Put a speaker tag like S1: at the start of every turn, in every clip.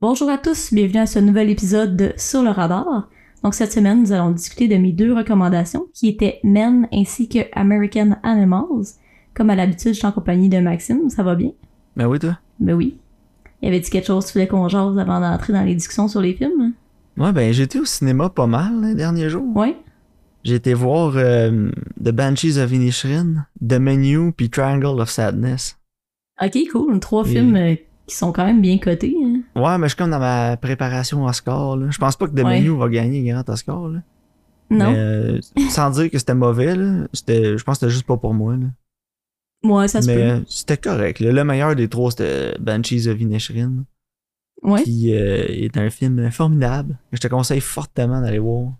S1: Bonjour à tous, bienvenue à ce nouvel épisode de Sur le radar. Donc cette semaine, nous allons discuter de mes deux recommandations qui étaient Men ainsi que American Animals. Comme à l'habitude, je suis en compagnie de Maxime, ça va bien?
S2: Ben oui, toi?
S1: Ben oui. Y avait-tu quelque chose que tu voulais qu'on jase avant d'entrer dans les discussions sur les films?
S2: Ouais, ben j'étais au cinéma pas mal hein, les derniers jours.
S1: Ouais?
S2: J'ai été voir euh, The Banshees of Inisherin, The Menu, puis Triangle of Sadness.
S1: Ok, cool. Trois
S2: Et-
S1: films euh, qui sont quand même bien cotés. hein.
S2: Ouais, mais je suis comme dans ma préparation Oscar. Là. Je pense pas que The
S1: Ouais.
S2: Menu va gagner grand Oscar. Là.
S1: Non?
S2: Mais, euh, sans dire que c'était mauvais, là, c'était, je pense que c'était juste pas pour moi. Là.
S1: Ouais, ça se
S2: mais
S1: peut.
S2: euh, c'était correct. là. Le meilleur des trois, c'était Banshees of Inisherin,
S1: Ouais.
S2: qui euh, est un film formidable que je te conseille fortement d'aller voir.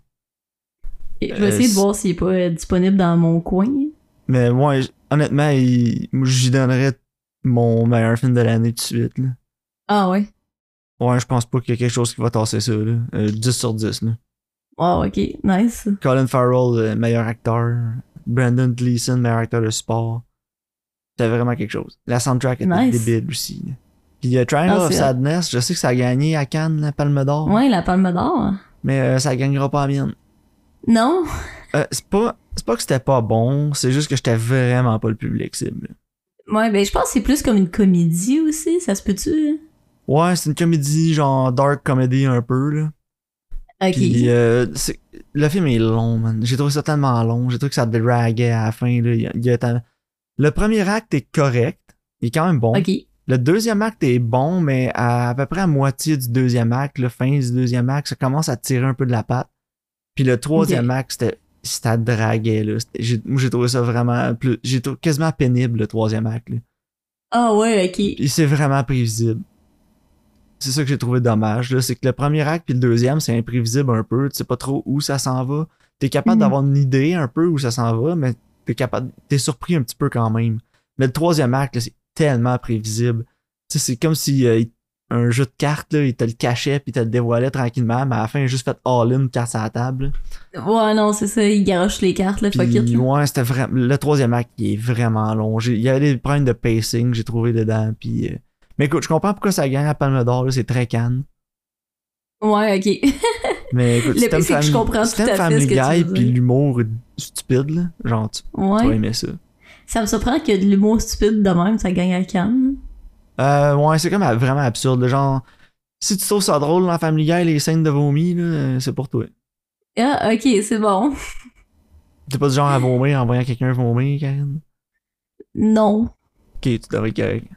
S1: Et Je vais essayer de
S2: c'est-
S1: voir s'il est pas euh, disponible dans mon coin.
S2: Mais moi, j- honnêtement, il- moi, j'y donnerais mon meilleur film de l'année tout de suite. Là.
S1: Ah ouais?
S2: Ouais, je pense pas qu'il y a quelque chose qui va tasser ça. Là. Euh, 10 sur 10. Là.
S1: Ah ok, nice.
S2: Colin Farrell, euh, meilleur acteur. Brandon Gleeson, meilleur acteur de sport. C'était vraiment quelque chose. La soundtrack était
S1: Nice.
S2: débile aussi. là. Puis euh, Triangle
S1: Ah,
S2: of
S1: c'est-
S2: Sadness, je sais que ça a gagné à Cannes, la Palme d'Or.
S1: Ouais, la palme d'or.
S2: Mais euh, ça gagnera pas à mienne.
S1: Non?
S2: Euh, c'est pas, c'est pas que c'était pas bon, c'est juste que j'étais vraiment pas le public cible.
S1: Ouais, ben je pense que c'est plus comme une comédie aussi, ça se peut-tu? hein?
S2: Ouais, c'est une comédie, genre dark comedy un peu, là.
S1: Ok.
S2: Puis, euh, c'est- le film est long, man. J'ai trouvé ça tellement long. J'ai trouvé que ça draguait à la fin. Là. Il y a- il y a tant- Le premier acte est correct. Il est quand même bon.
S1: ok.
S2: Le deuxième acte est bon, mais à, à peu près à moitié du deuxième acte, le fin du deuxième acte, ça commence à tirer un peu de la patte. Puis le troisième acte, c'était c'était à draguer, là. C'était- j'ai- Moi, j'ai trouvé ça vraiment plus. J'ai trouvé quasiment pénible le troisième acte. Là.
S1: Ah ouais, ok.
S2: Puis c'est vraiment prévisible. C'est ça que j'ai trouvé dommage, là. C'est que le premier acte puis le deuxième, c'est imprévisible un peu. Tu sais pas trop où ça s'en va. T'es capable
S1: Mhm.
S2: d'avoir une idée un peu où ça s'en va, mais t'es capable. T'es surpris un petit peu quand même. Mais le troisième acte, là, c'est tellement prévisible. Tu sais, c'est comme si euh, il- un jeu de cartes, là, il te le cachait puis il te le dévoilait tranquillement, mais à la fin, il a juste fait all-in carte à la table.
S1: Ouais, non, c'est ça, il garoche les cartes, là, fuck
S2: Puis,
S1: it. là.
S2: ouais, c'était vraiment. Le troisième acte, il est vraiment long. J'ai- Il y avait des problèmes de pacing, j'ai trouvé dedans. Puis, euh, Mais écoute, je comprends pourquoi ça gagne à Palme d'Or, là, c'est très calme.
S1: Ouais, ok.
S2: Mais écoute,
S1: Le
S2: si t'aimes
S1: pire, c'est que je
S2: Family-
S1: comprends
S2: si
S1: tout à
S2: t'aimes
S1: fait ce
S2: Family
S1: que tu veux
S2: Guy,
S1: dire.
S2: puis l'humour stupide, là, genre, tu, tu vas
S1: ouais.
S2: aimer ça.
S1: Ça me surprend que de l'humour stupide de même, ça gagne à Cannes.
S2: Euh, ouais, c'est comme euh, vraiment absurde. là, genre, si tu trouves ça drôle dans Family Guy, les scènes de vomi, là, euh, c'est pour toi.
S1: Ah, ok, c'est bon.
S2: T'es pas du genre à vomir en voyant quelqu'un vomir, Karine.
S1: Non.
S2: Ok, tu devrais être correct.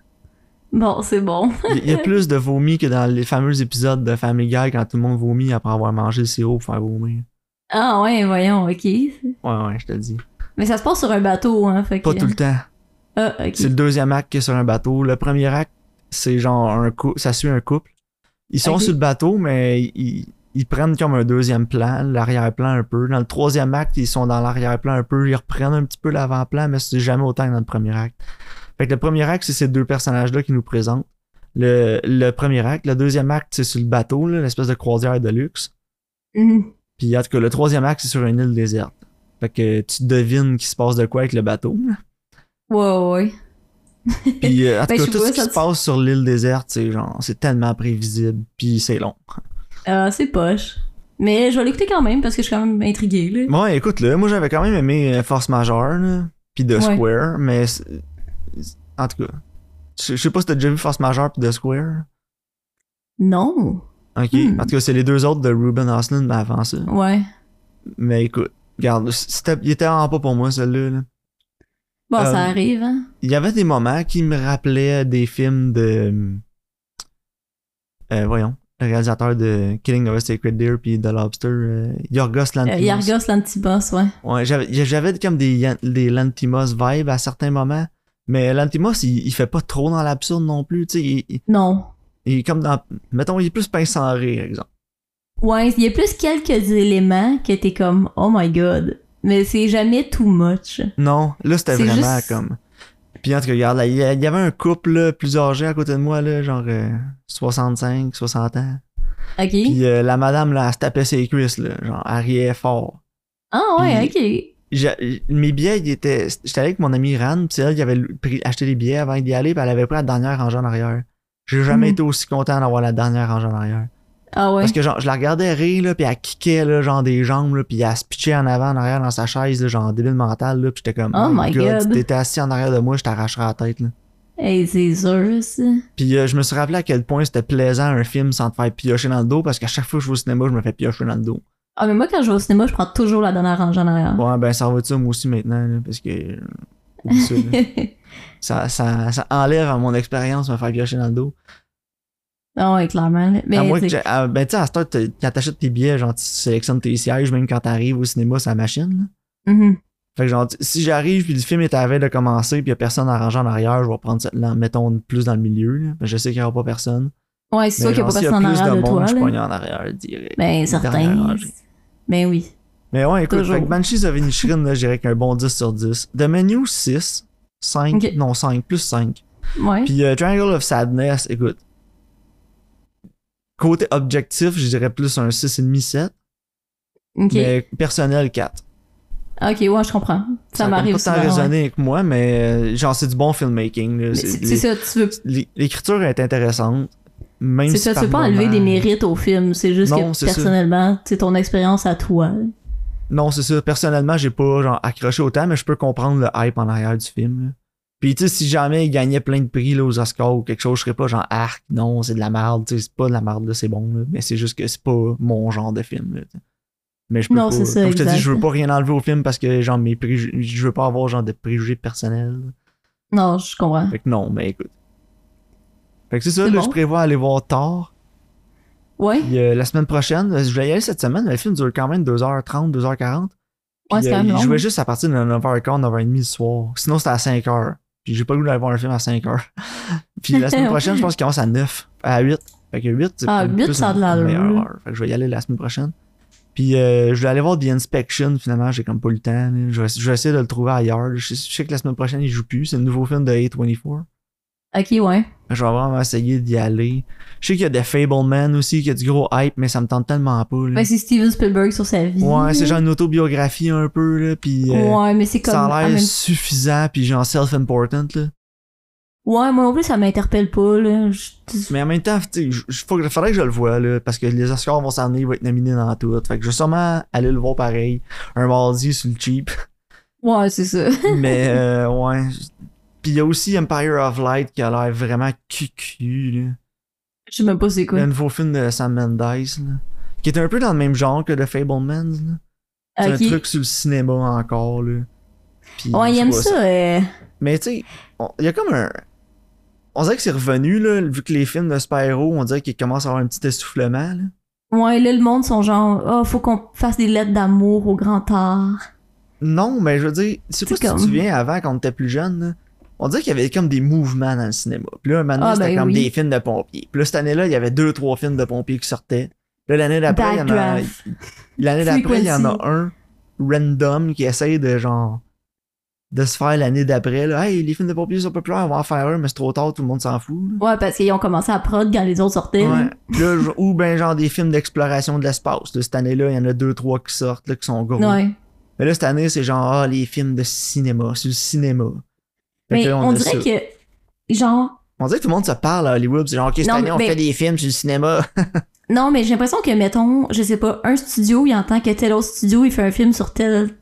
S1: Bon, c'est bon.
S2: Il y a plus de vomi que dans les fameux épisodes de Family Guy quand tout le monde vomit après avoir mangé le sirop pour faire vomir.
S1: Ah ouais, voyons, ok.
S2: Ouais, ouais, je te le dis.
S1: Mais ça se passe sur un bateau, hein, fait que...
S2: Pas tout le temps.
S1: Ah, ok.
S2: C'est le deuxième acte qui est sur un bateau. Le premier acte, c'est genre un cou- ça suit un couple. Ils sont
S1: Ok.
S2: sur le bateau, mais ils, ils prennent comme un deuxième plan, l'arrière-plan un peu. Dans le troisième acte, ils sont dans l'arrière-plan un peu. Ils reprennent un petit peu l'avant-plan, mais c'est jamais autant que dans le premier acte. Fait que le premier acte, c'est ces deux personnages-là qui nous présentent. Le, le premier acte. Le deuxième acte, c'est sur le bateau, là, l'espèce de croisière de luxe.
S1: Mhm.
S2: Puis en tout cas, le troisième acte, c'est sur une île déserte. Fait que tu devines qu'il se passe de quoi avec le bateau.
S1: Ouais, ouais, ouais.
S2: Puis euh, en tout
S1: Ben,
S2: cas,
S1: je
S2: tout
S1: vois
S2: ce qui
S1: ça,
S2: se
S1: tu-
S2: passe sur l'île déserte, c'est genre, c'est tellement prévisible, puis c'est long.
S1: Ah, c'est poche. Mais je vais l'écouter quand même, parce que je suis quand même intriguée, là.
S2: Bon, écoute, là, moi j'avais quand même aimé euh, Force Majeure, là, puis The
S1: Ouais.
S2: Square, mais c'est- en tout cas, je je sais pas si t'as déjà vu Force Majeure puis The Square.
S1: Non.
S2: Ok,
S1: Hmm.
S2: en tout cas, c'est les deux autres de Ruben Oslin mais avant ça.
S1: Ouais.
S2: Mais écoute, regarde, c'était, il était en pas pour moi, celui-là. là.
S1: Bon,
S2: Euh,
S1: ça arrive, hein.
S2: Il y avait des moments qui me rappelaient des films de. euh, voyons, le réalisateur de Killing of a Sacred Deer puis The Lobster, euh, Yorgos
S1: Euh,
S2: Lanthimos.
S1: Yargos, l'antiboss, ouais.
S2: Ouais, j'avais j'avais comme des, Yan- des Lantimos vibes à certains moments, mais Lantimos, il, il fait pas trop dans l'absurde non plus, tu sais, il, il-
S1: Non.
S2: il est comme dans... Mettons, il est plus pince sans rire, exemple.
S1: Ouais, il y a plus quelques éléments que t'es comme, oh my god. Mais c'est jamais too much.
S2: Non, là, c'était
S1: C'est
S2: vraiment
S1: juste-
S2: comme... Puis en tout cas, regarde, là, il y a- il y avait un couple là, plus âgé à côté de moi, là, genre euh, 65, 60 ans.
S1: Ok?
S2: Puis euh, la madame, là, elle se tapait ses cuisses, là, genre, elle riait fort.
S1: ah ouais, ok.
S2: J'ai- mes billets, ils étaient. J'étais allé avec mon ami Ran, puis c'est elle qui avait pris- acheté les billets avant d'y aller, puis elle avait pris la dernière rangée en arrière. J'ai jamais
S1: Mm.
S2: été aussi content d'avoir la dernière range en arrière.
S1: Ah ouais.
S2: Parce que genre, je la regardais rire, là, puis elle kickait, là, genre des jambes, là, puis elle se pitchait en avant, en arrière dans sa chaise, là, genre débile mental, là, puis j'étais comme,
S1: Oh my God.
S2: si t'étais assis en arrière de moi, je t'arracherais la tête, là.
S1: Hey, c'est sûr, ça.
S2: Puis euh, je me suis rappelé à quel point c'était plaisant un film sans te faire piocher dans le dos, parce qu'à chaque fois que je vais au cinéma, je me fais piocher dans le dos.
S1: Ah, mais moi, quand je vais au cinéma, je prends toujours la dernière rangée en arrière.
S2: Ouais, ben ça va de ça, moi aussi, maintenant, là, parce que. euh, oublie ça, là. ça, ça, ça enlève à mon expérience de me faire piocher dans le dos.
S1: ah ouais, clairement. là.
S2: à
S1: Mais
S2: moins que
S1: c'est-
S2: j'ai- à- ben, tu sais, à cette heure, t'as- quand t'achètes tes billets, genre, tu sélectionnes tes sièges, même quand t'arrives au cinéma, c'est la machine, là.
S1: Mhm.
S2: Fait que genre, tu- si j'arrive puis le film est à la veille de commencer puis y a personne arrangé en arrière, je vais prendre cette lampe, mettons, plus dans le milieu. Là. Parce que Je sais qu'il n'y aura pas personne.
S1: Ouais, c'est sûr qu'il n'y a
S2: Mais genre,
S1: pas
S2: s'il y a
S1: personne en
S2: plus
S1: arrière de
S2: monde,
S1: toi.
S2: je
S1: là.
S2: pogne en arrière direct.
S1: Ben,
S2: Dernière
S1: certain.
S2: rangée.
S1: Ben oui.
S2: Mais ouais, écoute,
S1: Toujours.
S2: fait que Banshees of Inisherin, là, j'irais qu'un bon 10 sur 10. The Menu, 6. 5,
S1: Ok.
S2: non 5, plus 5.
S1: Ouais.
S2: Puis euh, Triangle of Sadness, écoute. Côté objectif, je dirais plus un 6,5, 7.
S1: ok.
S2: Mais personnel, 4.
S1: Ok, ouais, je comprends. Ça,
S2: a comme
S1: m'arrive
S2: pas tant
S1: souvent. ouais.
S2: résonné avec moi, mais euh, genre, c'est du bon filmmaking. là.
S1: Mais
S2: C'est-
S1: C'est
S2: les-
S1: c'est ça, tu veux.
S2: l'é- l'écriture est intéressante. Même
S1: C'est
S2: si
S1: ça, tu
S2: par
S1: veux pas
S2: moment-
S1: enlever des mérites au film. C'est juste
S2: Non,
S1: que
S2: c'est ça.
S1: personnellement, c'est ton expérience à toi.
S2: Non, c'est ça. Personnellement, j'ai pas genre accroché autant, mais je peux comprendre le hype en arrière du film. là. Puis tu sais, si jamais il gagnait plein de prix là, aux Oscars ou quelque chose, je serais pas genre arc, non, c'est de la merde, tu sais, c'est pas de la merde là, c'est bon là. Mais c'est juste que c'est pas mon genre de film. là, tu sais. mais je peux
S1: Non,
S2: pas.
S1: c'est ça,
S2: Comme je te
S1: exact.
S2: dis, je veux pas rien enlever au film parce que genre mes préjugés, je veux pas avoir genre de préjugés personnels.
S1: Non, je comprends.
S2: Fait que non, mais écoute. Fait que c'est ça,
S1: C'est
S2: là,
S1: bon.
S2: je prévois aller voir Thor.
S1: Ouais.
S2: Puis, euh, la semaine prochaine, euh, je vais y aller cette semaine, mais le film dure quand même 2h30, 2h40.
S1: Ouais, c'est quand même
S2: euh, il
S1: long.
S2: jouait juste à partir de 9h15, 9h30 le soir. Sinon, c'était à 5h. Puis j'ai pas le goût d'aller voir un film à 5h. Puis la semaine prochaine, je pense qu'il commence à 9, à 8. Fait que 8, c'est
S1: Ah,
S2: comme
S1: 8,
S2: plus
S1: ça a de
S2: une- une
S1: l'allure.
S2: meilleure heure. Fait que je vais y aller la semaine prochaine. Puis euh, je vais aller voir The Inspection, finalement, j'ai comme pas le temps. là. Je vais, je vais essayer de le trouver ailleurs. Je sais, je sais que la semaine prochaine, il joue plus. C'est le nouveau film de A24.
S1: Ok, ouais.
S2: Je vais vraiment essayer d'y aller. Je sais qu'il y a des Fableman aussi, qu'il y a du gros hype, mais ça me tente tellement pas. là.
S1: Ben, c'est Steven Spielberg sur sa vie.
S2: Ouais, c'est genre une autobiographie un peu, là, pis euh,
S1: Ouais, mais c'est comme.
S2: ça a
S1: en
S2: l'air
S1: même-
S2: suffisant, pis genre self-important, là.
S1: Ouais, moi non plus, ça m'interpelle pas, là. Je-
S2: Mais en même temps, tu sais, j- j- faut que- faudrait que je le voie, là, parce que les Oscars vont s'en aller, il va être nominé dans tout. Fait que je vais sûrement aller le voir pareil, un mardi sur le cheap.
S1: Ouais, c'est ça.
S2: Mais, euh, ouais. Pis il y a aussi Empire of Light qui a l'air vraiment cucu, là.
S1: Je sais même pas c'est quoi.
S2: Le nouveau film de Sam Mendes, là, Qui est un peu dans le même genre que The Fablemans, là. C'est
S1: Ok.
S2: un truc sur le cinéma encore, là. Pis,
S1: Ouais, il
S2: je
S1: aime
S2: sais pas,
S1: ça. euh,
S2: Mais tu sais, on- il y a comme un. On dirait que c'est revenu, là, vu que les films de super-héros, on dirait qu'ils commencent à avoir un petit essoufflement. Là.
S1: Ouais, là, le monde sont genre, ah, faut qu'on fasse des lettres d'amour au grand art.
S2: Non, mais je veux dire, c'est
S1: C'est
S2: quoi si tu te
S1: comme-
S2: souviens avant quand on était plus jeune, là, on dirait qu'il y avait comme des mouvements dans le cinéma. Puis là, un moment donné,
S1: Ah,
S2: c'était
S1: ben
S2: comme
S1: oui.
S2: des films de pompiers. Puis là, cette année-là, il y avait deux, trois films de pompiers qui sortaient. Là, l'année d'après, il y en a.
S1: Backdraft.
S2: L'année d'après, il y en
S1: Frequency.
S2: a un random qui essaye de genre de se faire l'année d'après. là, Hey, les films de pompiers sont populaires, on va en faire un, mais c'est trop tard, tout le monde s'en fout. là.
S1: Ouais, parce qu'ils ont commencé à prod quand les autres sortaient. là.
S2: Ouais. Puis là, je- ou ben genre des films d'exploration de l'espace. Là, Cette année-là, il y en a deux, trois qui sortent, là, qui sont gros.
S1: Ouais.
S2: Mais là, cette année, c'est genre, ah, les films de cinéma, c'est le cinéma. Fait
S1: Mais
S2: que là,
S1: on,
S2: a ça.
S1: dirait que, genre,
S2: On dirait que tout le monde se parle à Hollywood. C'est genre, ok, cette
S1: Non,
S2: année, on
S1: mais-
S2: fait des films sur le cinéma.
S1: non, mais j'ai l'impression que, mettons, je sais pas, un studio, il entend que tel autre studio, il fait un film sur tel, tu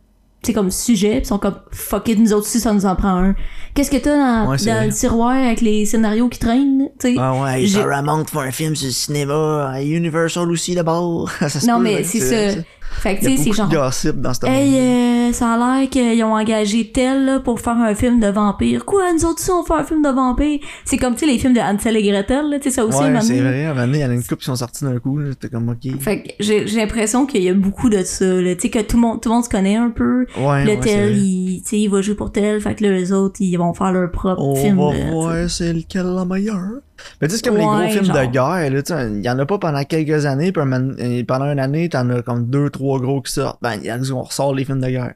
S1: sais, comme sujet, pis ils sont comme, fuck it, nous autres aussi, ça nous en prend un. Qu'est-ce que t'as dans,
S2: Ouais, c'est
S1: dans
S2: vrai.
S1: le tiroir avec les scénarios qui traînent, tu sais?
S2: ah ouais,
S1: J'ai-
S2: Paramount font un film sur le cinéma. Universal aussi, d'abord. ça se
S1: Non,
S2: peut,
S1: mais
S2: ouais,
S1: c'est ça. Fait que,
S2: Il
S1: tu
S2: y a
S1: sais, c'est
S2: beaucoup
S1: genre,
S2: de gossip dans ce
S1: Hey,
S2: monde.
S1: euh, ça a l'air qu'ils ont engagé tel là, pour faire un film de vampire. Quoi, nous autres aussi, on fait un film de vampire. C'est comme, tu sais, les films de Hansel et Gretel, là, tu sais, ça aussi, à un
S2: Ouais,
S1: moment
S2: c'est
S1: donné.
S2: vrai. À un moment donné, il y en a une couple qui sont sortis d'un coup. là, C'était comme, ok.
S1: Fait que j'ai j'ai l'impression qu'il y a beaucoup de ça, là, tu sais, que tout le monde, tout le monde se connaît un peu.
S2: Ouais,
S1: le
S2: ouais, c'est
S1: tel,
S2: vrai.
S1: il, tu sais, il va jouer pour tel, fait que là, les autres, ils vont faire leur propre
S2: On
S1: film.
S2: va
S1: là, tu sais.
S2: voir c'est lequel la meilleure. Mais tu sais, c'est comme les
S1: Ouais,
S2: gros films
S1: genre.
S2: de guerre, là, tu sais, il y en a pas pendant quelques années, puis un man- euh, pendant une année, t'en as comme deux, trois gros qui sortent. Ben, il y en a- on ressort les films de guerre.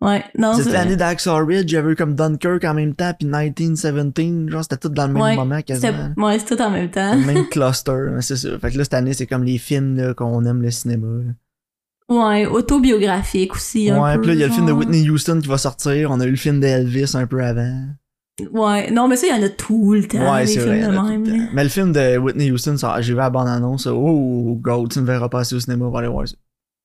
S1: Ouais, non, Ah, c'est
S2: C'était
S1: vrai.
S2: l'année d'Axel Ridge, il y avait eu comme Dunkirk en même temps, puis 1917, genre, c'était tout dans le même
S1: Ouais,
S2: moment
S1: C'était-
S2: quasiment.
S1: Ouais, c'est tout en même temps.
S2: Le même cluster, hein, c'est ça. Fait que là, cette année, c'est comme les films là, qu'on aime le cinéma. là.
S1: Ouais, autobiographique aussi. un
S2: Ouais,
S1: peu,
S2: puis là, il y a le film de
S1: genre.
S2: Whitney Houston qui va sortir. On a eu le film d'Elvis un peu avant.
S1: Ouais, non, mais ça, il y en a tout le temps,
S2: Ouais,
S1: des
S2: c'est
S1: films
S2: vrai.
S1: de
S2: là, tout
S1: même.
S2: le temps.
S1: là.
S2: Mais le film de Whitney Houston, ça, j'ai vu la bande-annonce. Oh, God, tu me verras passer au cinéma pour aller voir ça.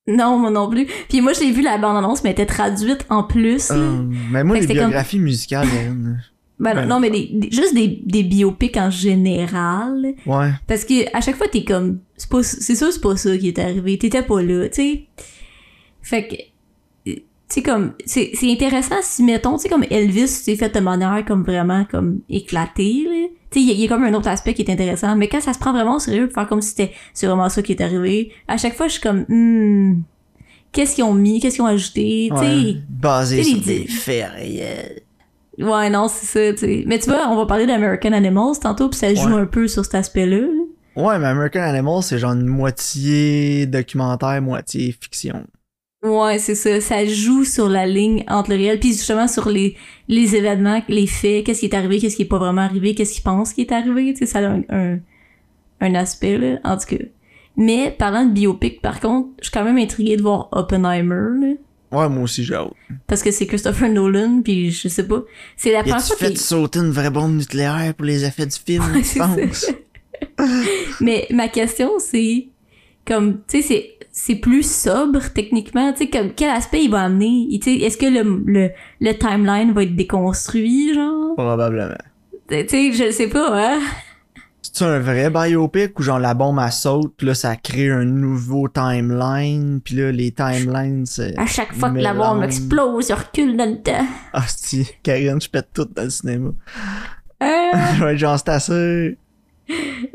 S1: Non, moi non plus. Puis moi, j'ai vu la bande-annonce, mais elle était traduite en plus. là.
S2: Euh, mais moi,
S1: Fait que
S2: les
S1: c'est comme-
S2: biographies musicales, Yann,
S1: ben,
S2: ben,
S1: non, mais des- des- juste des, des biopics en général.
S2: ouais.
S1: Parce que à chaque fois, t'es comme. C'est, pas, c'est sûr, c'est pas ça qui est arrivé. T'étais pas là, tu sais. Fait que. euh, Tu sais, comme. C'est, c'est intéressant si, mettons, tu sais, comme Elvis s'est fait de manière comme vraiment comme éclatée, là. Tu sais, il y, a- il y a comme un autre aspect qui est intéressant. Mais quand ça se prend vraiment au sérieux, pour faire comme si c'était c'est vraiment ça qui est arrivé, à chaque fois, je suis comme. Hmm, qu'est-ce qu'ils ont mis, qu'est-ce qu'ils ont ajouté, tu sais.
S2: ouais. Basé
S1: tu sais,
S2: sur
S1: les-
S2: des faits réels.
S1: Ouais, non, c'est ça, tu sais. Mais tu vois, on va parler d'American Animals tantôt, puis ça joue
S2: Ouais.
S1: un peu sur cet aspect-là. là.
S2: Ouais, mais American Animal, c'est genre une moitié documentaire, moitié fiction.
S1: Ouais, c'est ça. Ça joue sur la ligne entre le réel, puis justement sur les, les événements, les faits, qu'est-ce qui est arrivé, qu'est-ce qui est pas vraiment arrivé, qu'est-ce qu'ils pensent qui est arrivé, tu sais, ça a un, un, un aspect, là, en tout cas. Mais parlant de biopic, par contre, je suis quand même intriguée de voir Oppenheimer, là,
S2: Ouais, moi aussi, j'ai hâte.
S1: parce que c'est Christopher Nolan, puis je sais pas. C'est la
S2: Y
S1: première
S2: a-tu
S1: fois
S2: fait
S1: qu'il...
S2: sauter une vraie bombe nucléaire pour les effets du film,
S1: Ouais,
S2: tu
S1: c'est
S2: penses?
S1: ça. Mais ma question, c'est comme, tu sais, c'est, c'est plus sobre techniquement, tu sais, comme quel aspect il va amener? Il- tu sais, Est-ce que le, le, le timeline va être déconstruit, genre?
S2: Probablement.
S1: Tu sais, je le sais pas, hein?
S2: C'est un vrai biopic où genre la bombe elle saute, puis là ça crée un nouveau timeline, puis là les timelines c'est
S1: À chaque fois que la
S2: Mélange.
S1: bombe explose, je recule dans le temps.
S2: ah si Karine je pète tout dans le cinéma.
S1: Hein?
S2: Je vais être genre c'est assez.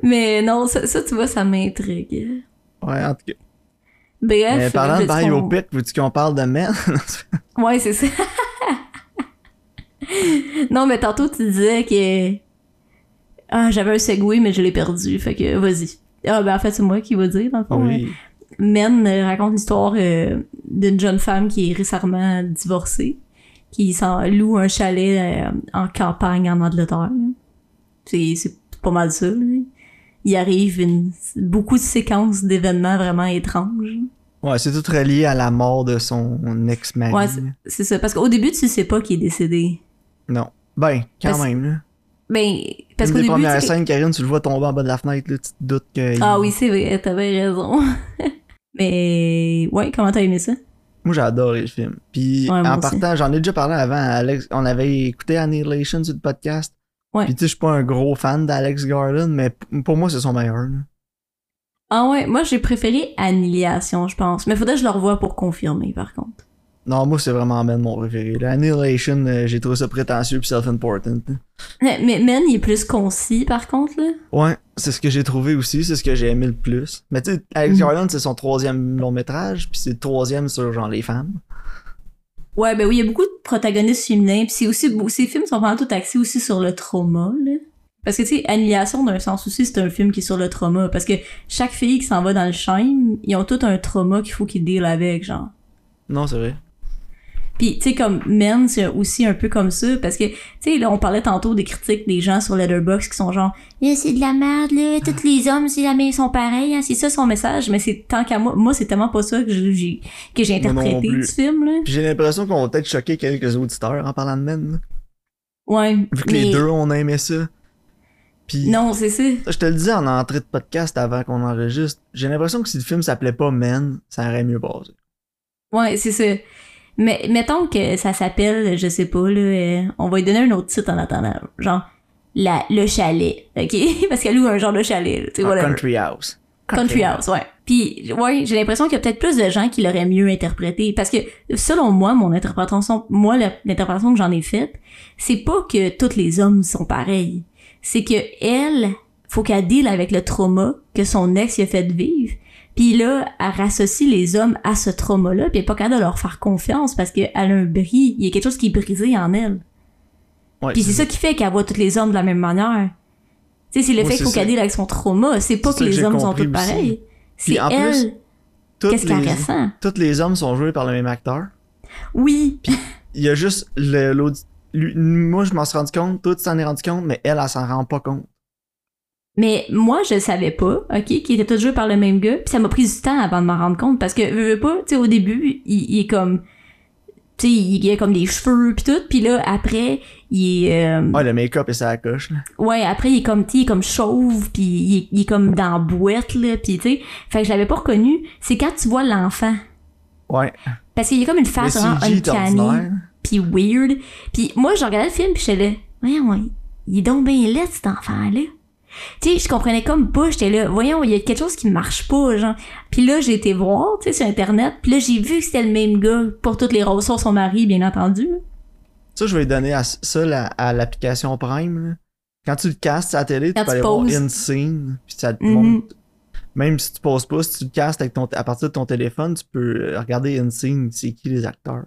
S1: Mais non, ça, ça, tu vois, ça m'intrigue.
S2: Ouais en tout cas.
S1: Bref.
S2: Mais parlant de
S1: veux-tu qu'on-
S2: biopic, veux-tu qu'on parle de men?
S1: Ouais, c'est ça. non, mais tantôt, tu disais que. Ah, j'avais un segway, mais je l'ai perdu. Fait que, vas-y. Ah, ben, en fait, c'est moi qui vais dire, dans le fond. hein. Men euh, raconte l'histoire euh, d'une jeune femme qui est récemment divorcée, qui s'en loue un chalet euh, en campagne en Angleterre. là. C'est c'est pas mal ça. là. Il arrive une, beaucoup de séquences d'événements vraiment étranges.
S2: Ouais, c'est tout relié à la mort de son ex-mari.
S1: Ouais, C'est ça. Parce qu'au début, tu sais pas qui est décédé.
S2: non. Ben, quand
S1: Parce-
S2: même, là.
S1: Ben, parce
S2: Une
S1: qu'au
S2: des
S1: début.
S2: premières
S1: tu sais,
S2: scènes, Karine, tu le vois tomber en bas de la fenêtre, là, tu te doutes que.
S1: Ah oui, c'est vrai, t'avais raison. Mais ouais, comment t'as aimé ça?
S2: Moi, j'ai adoré le film. Puis
S1: Ouais, moi
S2: en
S1: aussi.
S2: partant, j'en ai déjà parlé avant. à Alex, on avait écouté Annihilation sur le podcast.
S1: Ouais.
S2: Puis tu sais, je suis pas un gros fan d'Alex Garland, mais p- pour moi, c'est son meilleur. là.
S1: Ah ouais, moi j'ai préféré Annihilation, je pense. Mais faudrait que je le revoie pour confirmer, par contre.
S2: Non, moi, c'est vraiment Ben mon préféré. là. Annihilation, euh, j'ai trouvé ça prétentieux puis self-important. là.
S1: Mais, mais Man, il est plus concis, par contre, là.
S2: Ouais, c'est ce que j'ai trouvé aussi, c'est ce que j'ai aimé le plus. Mais tu sais, Alex
S1: Mhm.
S2: Garland, c'est son troisième long métrage, puis c'est le troisième sur genre les femmes.
S1: Ouais, ben oui, il y a beaucoup de protagonistes féminins, puis c'est aussi, beau- ces films sont vraiment tout axés aussi sur le trauma, là. Parce que, tu sais, Annihilation, d'un sens aussi, c'est un film qui est sur le trauma, parce que chaque fille qui s'en va dans le shame, ils ont tout un trauma qu'il faut qu'ils deal avec, genre.
S2: Non, c'est vrai.
S1: Puis, tu sais, comme Men, c'est aussi un peu comme ça, parce que, tu sais, là, on parlait tantôt des critiques des gens sur Letterboxd qui sont genre, Eh, c'est de la merde, là, tous les hommes, c'est la même, ils sont pareils, hein, c'est ça son message, mais c'est tant qu'à moi, moi, c'est tellement pas ça que j'ai, que j'ai
S2: Moi non
S1: interprété
S2: plus.
S1: du film, là.
S2: Puis j'ai l'impression qu'on va peut-être choquer quelques auditeurs en parlant de Men. là.
S1: Ouais.
S2: Vu que
S1: mais-
S2: les deux, on aimait ça. Puis
S1: Non, c'est ça.
S2: Je te le dis en entrée de podcast avant qu'on enregistre, j'ai l'impression que si le film s'appelait pas Men, ça aurait mieux basé.
S1: Ouais, c'est ça. Mais mettons que ça s'appelle, je sais pas, là, euh, on va lui donner un autre titre en attendant. Genre, la, le chalet, ok? Parce qu'elle loue un genre de chalet, là, tu sais,
S2: En
S1: whatever.
S2: Ah, Country House.
S1: Country House, ouais. Puis, ouais, j'ai l'impression qu'il y a peut-être plus de gens qui l'auraient mieux interprété. Parce que, selon moi, mon interprétation, moi, la- l'interprétation que j'en ai faite, c'est pas que tous les hommes sont pareils. C'est que elle, faut qu'elle deal avec le trauma que son ex lui a fait vivre. Puis là, elle rassocie les hommes à ce trauma-là, puis elle est pas capable de leur faire confiance parce qu'elle a un bris, il y a quelque chose qui est brisé en elle.
S2: Ouais,
S1: Puis c'est ça qui fait qu'elle voit tous les hommes de la même manière. Tu sais, c'est le
S2: Moi,
S1: fait
S2: c'est
S1: qu'il faut
S2: ça.
S1: qu'elle deal avec son trauma. C'est pas que
S2: C'est ça que
S1: les
S2: j'ai
S1: hommes sont
S2: compris
S1: tous
S2: aussi.
S1: pareils. C'est
S2: Puis en
S1: elle,
S2: plus, Toutes
S1: qu'est-ce qu'elle
S2: les-
S1: ressent.
S2: Tous les hommes sont joués par le même acteur.
S1: Oui,
S2: Il y a juste le- l'audi- lui- Moi, je m'en suis rendu compte, toi, tu t'en es rendu compte, mais elle, elle s'en rend pas compte.
S1: mais moi, je savais pas, OK, qu'il était tout joué par le même gars. Puis ça m'a pris du temps avant de m'en rendre compte. Parce que, veux, veux pas, tu sais, au début, il, il est comme... tu sais, il y a comme des cheveux puis tout, puis là après, il est euh,
S2: Ouais, le make-up et ça coche. là.
S1: ouais, après il est comme tu sais, il est comme chauve puis il est, il est comme dans la boîte là, puis tu sais, fait que je l'avais pas reconnu, c'est quand tu vois l'enfant
S2: Ouais.
S1: parce qu'il y a comme une
S2: Le
S1: face vraiment
S2: CG est
S1: uncanny
S2: ordinaire.
S1: puis weird. Puis moi je regardais le film puis j'étais là, voyons, il est donc bien laid cet enfant là. Tu sais, je comprenais comme pas, j'étais là, voyons, il y a quelque chose qui marche pas, genre. Puis là, j'ai été voir, tu sais, sur Internet, puis là, j'ai vu que c'était le même gars pour toutes les ressources, son mari, bien entendu.
S2: Ça, je vais donner à ça la- à l'application Prime. là. Quand tu le castes à la télé,
S1: Quand
S2: tu peux
S1: tu
S2: aller voir
S1: poses.
S2: InScene, puis ça te
S1: Mhm.
S2: montre. Même si tu poses pas, si tu le castes avec ton, à partir de ton téléphone, tu peux euh, regarder InScene, c'est qui les acteurs.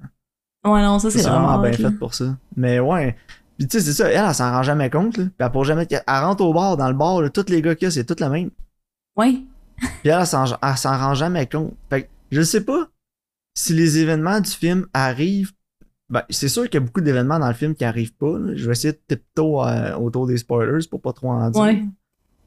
S1: Ouais, non, ça, c'est
S2: C'est vraiment
S1: vraiment
S2: bien
S1: hot, là.
S2: fait pour ça. Mais ouais. Puis tu sais, c'est ça, elle, elle s'en rend jamais compte, là. Puis elle pour jamais. Elle rentre au bar, dans le bar, là, tous les gars qu'il y a, c'est tout la même.
S1: Ouais.
S2: Puis elle, elle s'en elle s'en rend jamais compte. Fait que, je sais pas si les événements du film arrivent. Ben, c'est sûr qu'il y a beaucoup d'événements dans le film qui arrivent pas. là. Je vais essayer de tiptoe euh, autour des spoilers pour pas trop en dire.
S1: Ouais.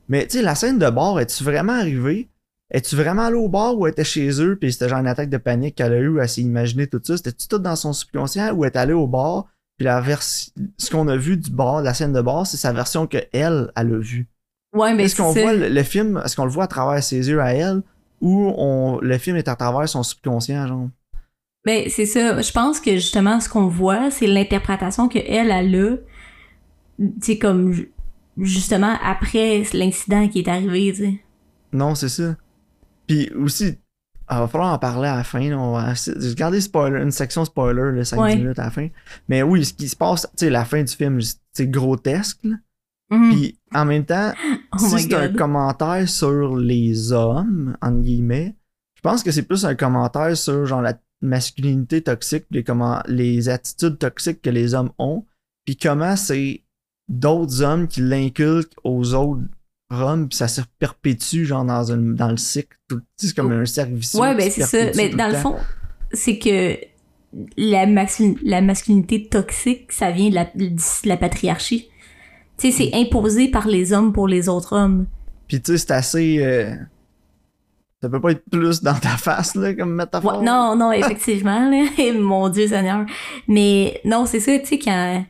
S2: Mais tu sais, la scène de bar, es-tu vraiment arrivée? Es-tu vraiment allé au bar ou elle était chez eux puis c'était genre une attaque de panique qu'elle a eue, elle s'est imaginé tout ça? C'était-tu tout dans son subconscient ou elle est allée au bar puis la version, ce qu'on a vu du bar, de la scène de bar, c'est sa version que elle, elle a vue.
S1: Ouais, mais
S2: Est-ce qu'on
S1: c'est ça.
S2: voit le, le film, est-ce qu'on le voit à travers ses yeux à elle ou on, le film est à travers son subconscient, genre?
S1: Ben, c'est ça. Je pense que justement, ce qu'on voit, c'est l'interprétation que elle elle a Tu sais, comme, ju- justement, après l'incident qui est arrivé, tu sais.
S2: Non, c'est ça. Puis aussi, il va falloir en parler à la fin. là. On va essayer- j'ai gardé spoiler, une section spoiler, là, 5
S1: Ouais.
S2: minutes à la fin. Mais oui, ce qui se passe, tu sais, la fin du film, c'est grotesque. là.
S1: Mhm.
S2: Puis en même temps,
S1: oh
S2: si
S1: my
S2: c'est un
S1: god.
S2: commentaire sur les hommes, entre guillemets, je pense que c'est plus un commentaire sur genre la masculinité toxique, les, comment, les attitudes toxiques que les hommes ont, puis comment c'est d'autres hommes qui l'inculquent aux autres hommes, puis ça se perpétue genre dans, une, dans le cycle. tout- tu sais, C'est comme un cercle vicieux.
S1: Ouais, ben,
S2: qui se
S1: c'est ça.
S2: perpétue
S1: Mais
S2: tout
S1: dans le
S2: temps.
S1: fond, c'est que la, masculin- la masculinité toxique, ça vient de la, de la patriarchie. Tu sais, c'est
S2: Mhm.
S1: imposé par les hommes pour les autres hommes.
S2: Puis tu sais, c'est assez... euh, Ça peut pas être plus dans ta face, là, comme métaphore.
S1: Ouais, non, non, effectivement, là. Et Mon Dieu Seigneur. Mais non, c'est ça, tu sais, quand.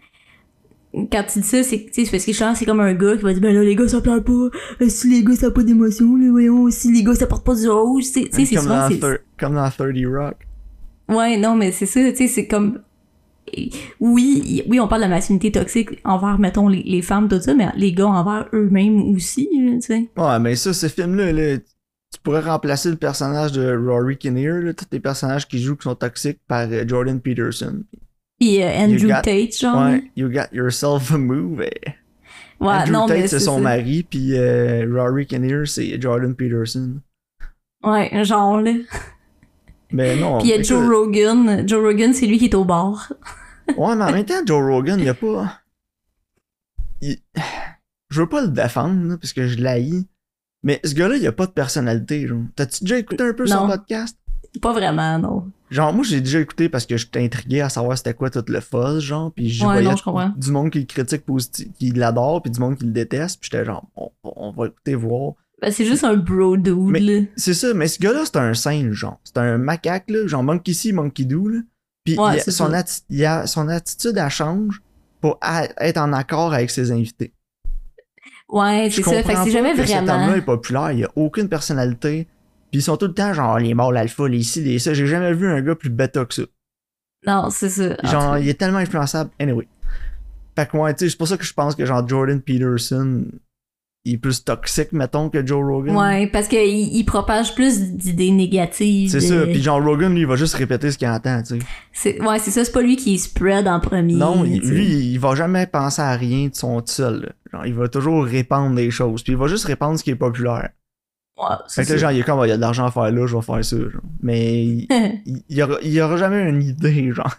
S1: Quand tu dis ça, c'est tu sais, c'est parce que je pense que c'est comme un gars qui va dire Ben là, les gars, ça pleure pas. Euh, Si les gars, ça a pas d'émotion, là, voyons. Si les gars, ça porte pas du rouge. Tu sais, tu sais, c'est
S2: Comme
S1: souvent.
S2: dans
S1: c'est-
S2: Thir- comme dans 30 Rock.
S1: Ouais, non, mais c'est ça, tu sais, c'est comme. Oui, oui, on parle de la masculinité toxique envers, mettons, les, les femmes, tout ça, mais les gars envers eux-mêmes aussi, là, tu sais.
S2: Ouais, mais ça, ce film-là, là, tu pourrais remplacer le personnage de Rory Kinnear, là, tous les personnages qui jouent qui sont toxiques, par euh, Jordan Peterson.
S1: Puis euh, Andrew
S2: got-
S1: Tate, genre.
S2: Ouais, you got yourself a move. eh.
S1: Ah Ouais,
S2: Andrew
S1: non, mais
S2: Tate, c'est son
S1: ça.
S2: mari, puis euh, Rory Kinnear, c'est Jordan Peterson.
S1: Ouais, genre, là.
S2: Mais non.
S1: Puis il y a
S2: écoute,
S1: Joe Rogan. Joe Rogan, c'est lui qui est au bar.
S2: Ouais, mais en même temps, Joe Rogan, il y a pas. il- Je veux pas le défendre, là, parce que je l'haïs. Mais ce gars-là, il a pas de personnalité, genre. T'as-tu déjà écouté un peu son
S1: Non.
S2: podcast?
S1: Pas vraiment, non.
S2: Genre, moi, j'ai déjà écouté parce que j'étais intrigué à savoir c'était quoi tout le fuzz, genre, puis je
S1: Ouais,
S2: voyais
S1: non, je comprends.
S2: du monde qui le critique positif, qui l'adore, puis du monde qui le déteste, puis j'étais genre, on, on va écouter voir.
S1: Ben, c'est juste un bro dude,
S2: Mais-
S1: là.
S2: C'est ça, mais ce gars-là, c'est un singe, genre. C'est un macaque, là, genre monkey see, monkey do, là. Puis
S1: Ouais,
S2: il a-
S1: c'est
S2: son,
S1: ça.
S2: atti- il a- son attitude, elle change pour a- être en accord avec ses invités.
S1: Ouais,
S2: Je
S1: c'est ça. Fait que
S2: comprends
S1: c'est jamais
S2: pas que Cet
S1: vraiment.
S2: homme-là est populaire, il a aucune personnalité, puis ils sont tout le temps, genre, les mâles alpha, les ci, les ça. J'ai jamais vu un gars plus bêta que ça.
S1: Non, c'est ça. En
S2: Genre, il est tellement influençable. Anyway. Fait que, ouais, tu sais, c'est pour ça que je pense que, genre, Jordan Peterson, il est plus toxique, mettons, que Joe
S1: tout-
S2: Rogan.
S1: Ouais, parce qu'il il propage plus d'idées négatives.
S2: C'est
S1: de-
S2: ça. Puis, genre, Rogan, lui, il va juste répéter ce qu'il entend, tu sais.
S1: C'est- Ouais, c'est ça. C'est pas lui qui spread en premier.
S2: Non, il-
S1: tu sais.
S2: lui, il va jamais penser à rien de son tout seul. là. Genre, il va toujours répandre des choses. Puis, il va juste répandre ce qui est populaire.
S1: Ouais, c'est
S2: Fait que, là,
S1: ça.
S2: genre, il est comme, Ah, il y a de l'argent à faire là, je vais faire ça. genre. Mais, il, il, il aura, il aura jamais une idée, genre.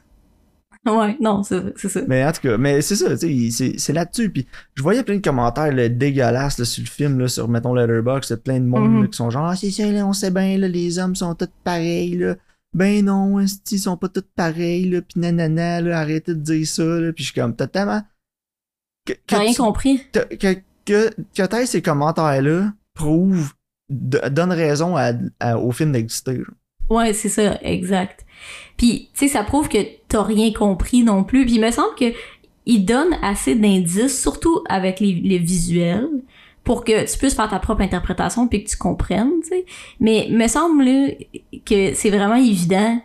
S1: ouais, non, c'est c'est ça.
S2: Mais en tout cas, mais c'est ça, tu sais, il- c'est c'est là-dessus. Puis je voyais plein de commentaires là, dégueulasses là, sur le film, là, sur, mettons, Letterboxd, c'est plein de monde
S1: Mhm.
S2: là, qui sont genre, ah, c'est ça, là, on sait bien, là, les hommes sont tous pareils, là. Ben non, esti, ils sont pas tous pareils, là, pis nanana, là, arrêtez de dire ça, là. Puis je suis comme, t'as tellement... Que, que
S1: T'as rien
S2: tu-
S1: compris.
S2: t'as- que, que, que t'aies ces commentaires-là prouve, d- donne raison à, à- au film d'exister. genre.
S1: Ouais, c'est ça, exact. Puis, tu sais, ça prouve que t'as rien compris non plus. Puis, il me semble que il donne assez d'indices, surtout avec les, les visuels, pour que tu puisses faire ta propre interprétation puis que tu comprennes, tu sais. Mais il me semble là, que c'est vraiment évident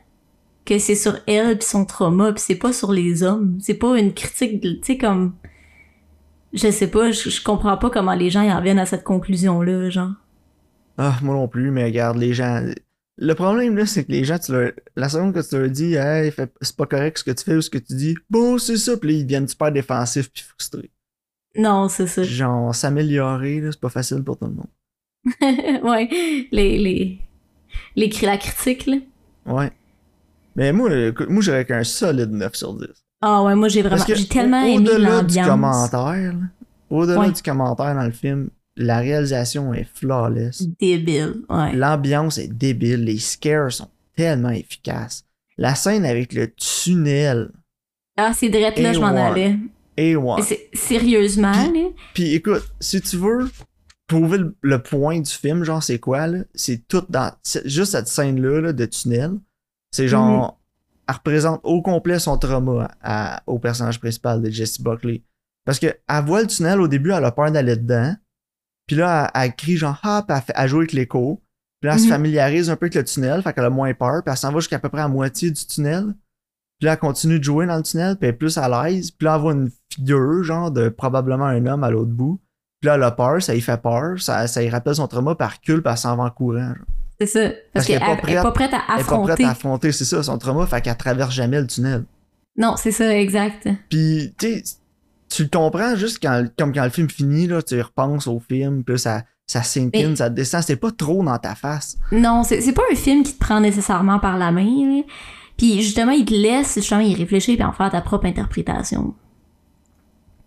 S1: que c'est sur elle puis son trauma puis c'est pas sur les hommes. C'est pas une critique, de- tu sais, comme... Je sais pas, je, je comprends pas comment les gens y en viennent à cette conclusion-là, genre.
S2: Ah, moi non plus, mais regarde, les gens. Le problème, là, c'est que les gens, tu leur... la seconde que tu leur dis, hey, fais- c'est pas correct ce que tu fais ou ce que tu dis, bon, c'est ça, puis là, ils deviennent super défensifs puis frustrés.
S1: Non, c'est ça.
S2: Genre, s'améliorer, là, c'est pas facile pour tout le monde.
S1: ouais, les, les, les, cri- la critique, là.
S2: Ouais. Mais moi, euh, écoute, moi j'aurais qu'un solide 9 sur 10.
S1: Ah ouais, moi j'ai vraiment,
S2: Parce que
S1: j'ai tellement
S2: au-
S1: aimé
S2: Au-delà du
S1: l'ambiance
S2: commentaire, là, au-delà
S1: Ouais.
S2: du commentaire dans le film, la réalisation est flawless.
S1: débile, ouais.
S2: L'ambiance est débile, les scares sont tellement efficaces. La scène avec le tunnel,
S1: Ah, c'est drette là, je m'en
S2: A1.
S1: allais.
S2: et ouais.
S1: Mais c'est- Sérieusement, là.
S2: Puis écoute, si tu veux prouver le, le point du film, genre c'est quoi là, c'est tout dans c'est juste cette scène là, de tunnel,
S1: Mhm.
S2: c'est genre elle représente au complet son trauma à- au personnage principal de Jesse Buckley. Parce que elle voit le tunnel au début, elle a peur d'aller dedans. Puis là, elle, elle crie genre hop, elle, fait- elle joue avec l'écho. Puis là, elle se
S1: Mhm.
S2: familiarise un peu avec le tunnel, fait qu'elle a moins peur. Puis elle s'en va jusqu'à à peu près à la moitié du tunnel. Puis là, elle continue de jouer dans le tunnel, puis elle est plus à l'aise. Puis là, elle voit une figure, genre, de probablement un homme à l'autre bout. Puis là, elle a peur, ça lui fait peur, ça, ça lui rappelle son trauma, par elle recule, puis elle s'en va en courant. genre.
S1: C'est ça.
S2: Parce
S1: Parce,
S2: qu'elle
S1: qu'elle
S2: est pas
S1: elle est pas prête à
S2: Elle est pas prête
S1: affronter.
S2: à affronter, c'est ça, son trauma, fait qu'elle traverse jamais le tunnel.
S1: Non, c'est ça, exact.
S2: Puis, tu sais, tu le comprends juste quand, comme quand le film finit, là, tu y repenses au film, puis là, ça, ça sink
S1: Mais-
S2: in, ça descend, c'est pas trop dans ta face.
S1: Non, c'est c'est pas un film qui te prend nécessairement par la main, là. Puis justement, il te laisse justement y réfléchir puis en faire ta propre interprétation.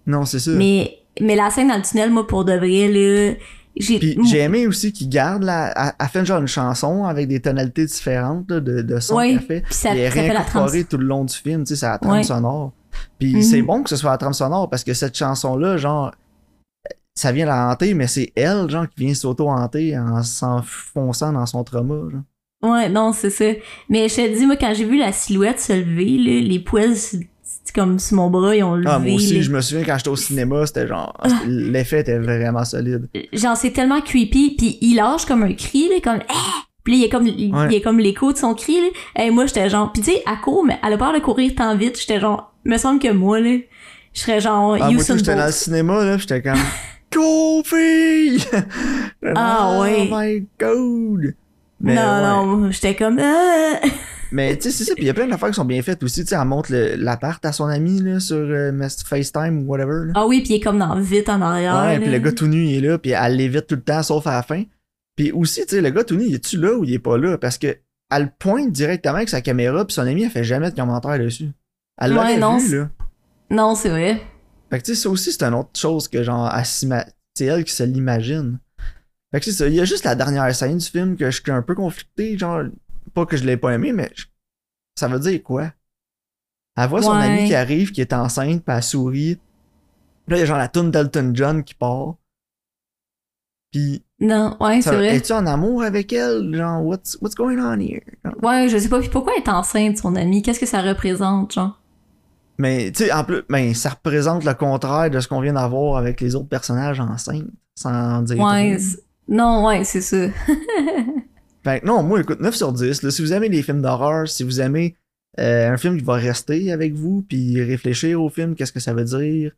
S2: Non, c'est ça.
S1: Mais, mais la scène dans le tunnel, moi, pour de vrai, là, j'ai...
S2: Puis j'ai aimé aussi qu'il garde, là, elle- elle fait genre une chanson avec des tonalités différentes là, de, de son
S1: Ouais,
S2: qu'elle fait.
S1: puis ça,
S2: il est
S1: ça fait la trans...
S2: réincorporé tout le long du film, tu sais, c'est la trame
S1: Ouais.
S2: sonore. Puis
S1: Mhm.
S2: c'est bon que ce soit la trame sonore parce que cette chanson-là, genre, ça vient la hanter, mais c'est elle, genre, qui vient s'auto-hanter en s'enfonçant dans son trauma. genre.
S1: Ouais, non, c'est ça. Mais je te dis, moi, quand j'ai vu la silhouette se lever, là, les poils, c'est- c'est comme sur mon bras, ils ont levé.
S2: Ah, moi aussi,
S1: là.
S2: je me souviens quand j'étais au cinéma, c'était genre,
S1: Ah.
S2: l'effet était vraiment solide.
S1: Genre, c'est tellement creepy. Puis il lâche comme un cri, là, comme Eh! Puis là, il y a comme, il,
S2: Ouais.
S1: il y a comme l'écho de son cri, là. Et moi, j'étais genre... Puis tu sais, à court, mais à la peur de courir tant vite, j'étais genre... me semble que moi, là, je serais genre
S2: Ah, moi, tout,
S1: Usain
S2: j'étais dans le
S1: Bolt.
S2: cinéma, là, pis j'étais comme, Go, fille!
S1: Ah,
S2: oh
S1: ouais.
S2: my god! Mais
S1: non,
S2: ouais.
S1: non, moi, j'étais comme... Ah!
S2: Mais tu sais, c'est ça. Puis il y a plein d'affaires qui sont bien faites aussi. Tu sais, elle montre le- l'appart à son ami là, sur euh, Mess- FaceTime ou whatever. là.
S1: ah oui, puis il est comme dans vite en arrière.
S2: ouais,
S1: Ah, là.
S2: puis le gars tout nu, il est là. Puis elle l'évite tout le temps, sauf à la fin. Puis aussi, tu sais, le gars tout nu, il est-tu là ou il est pas là? Parce que elle le pointe directement avec sa caméra. Puis son ami, elle fait jamais de commentaire dessus. Elle
S1: Ouais,
S2: l'aurait
S1: non,
S2: vu,
S1: c'est-
S2: là.
S1: Non, c'est vrai.
S2: Fait que tu sais, ça aussi, c'est une autre chose que genre, elle s'ima- c'est elle qui se l'imagine. Fait que c'est ça. Il y a juste la dernière scène du film que je suis un peu conflicté. Genre, pas que je l'ai pas aimé, mais je- ça veut dire quoi? Elle voit son
S1: Ouais.
S2: amie qui arrive, qui est enceinte, puis elle sourit. Puis là, il y a genre la toune d'Elton John qui part. Puis,
S1: Non, ouais,
S2: ça-
S1: c'est vrai.
S2: es-tu en amour avec elle? Genre, what's, what's going on here? Genre,
S1: Ouais, je sais pas. Puis pourquoi elle est enceinte, son amie? Qu'est-ce que ça représente, genre?
S2: Mais, tu sais, en plus, ben, ça représente le contraire de ce qu'on vient d'avoir avec les autres personnages enceintes, sans en dire
S1: Ouais,
S2: trop.
S1: c'est- non, ouais, c'est ça.
S2: Fait que Ben, non, moi, écoute, 9 sur 10. là, si vous aimez les films d'horreur, si vous aimez euh, un film qui va rester avec vous, puis réfléchir au film, qu'est-ce que ça veut dire,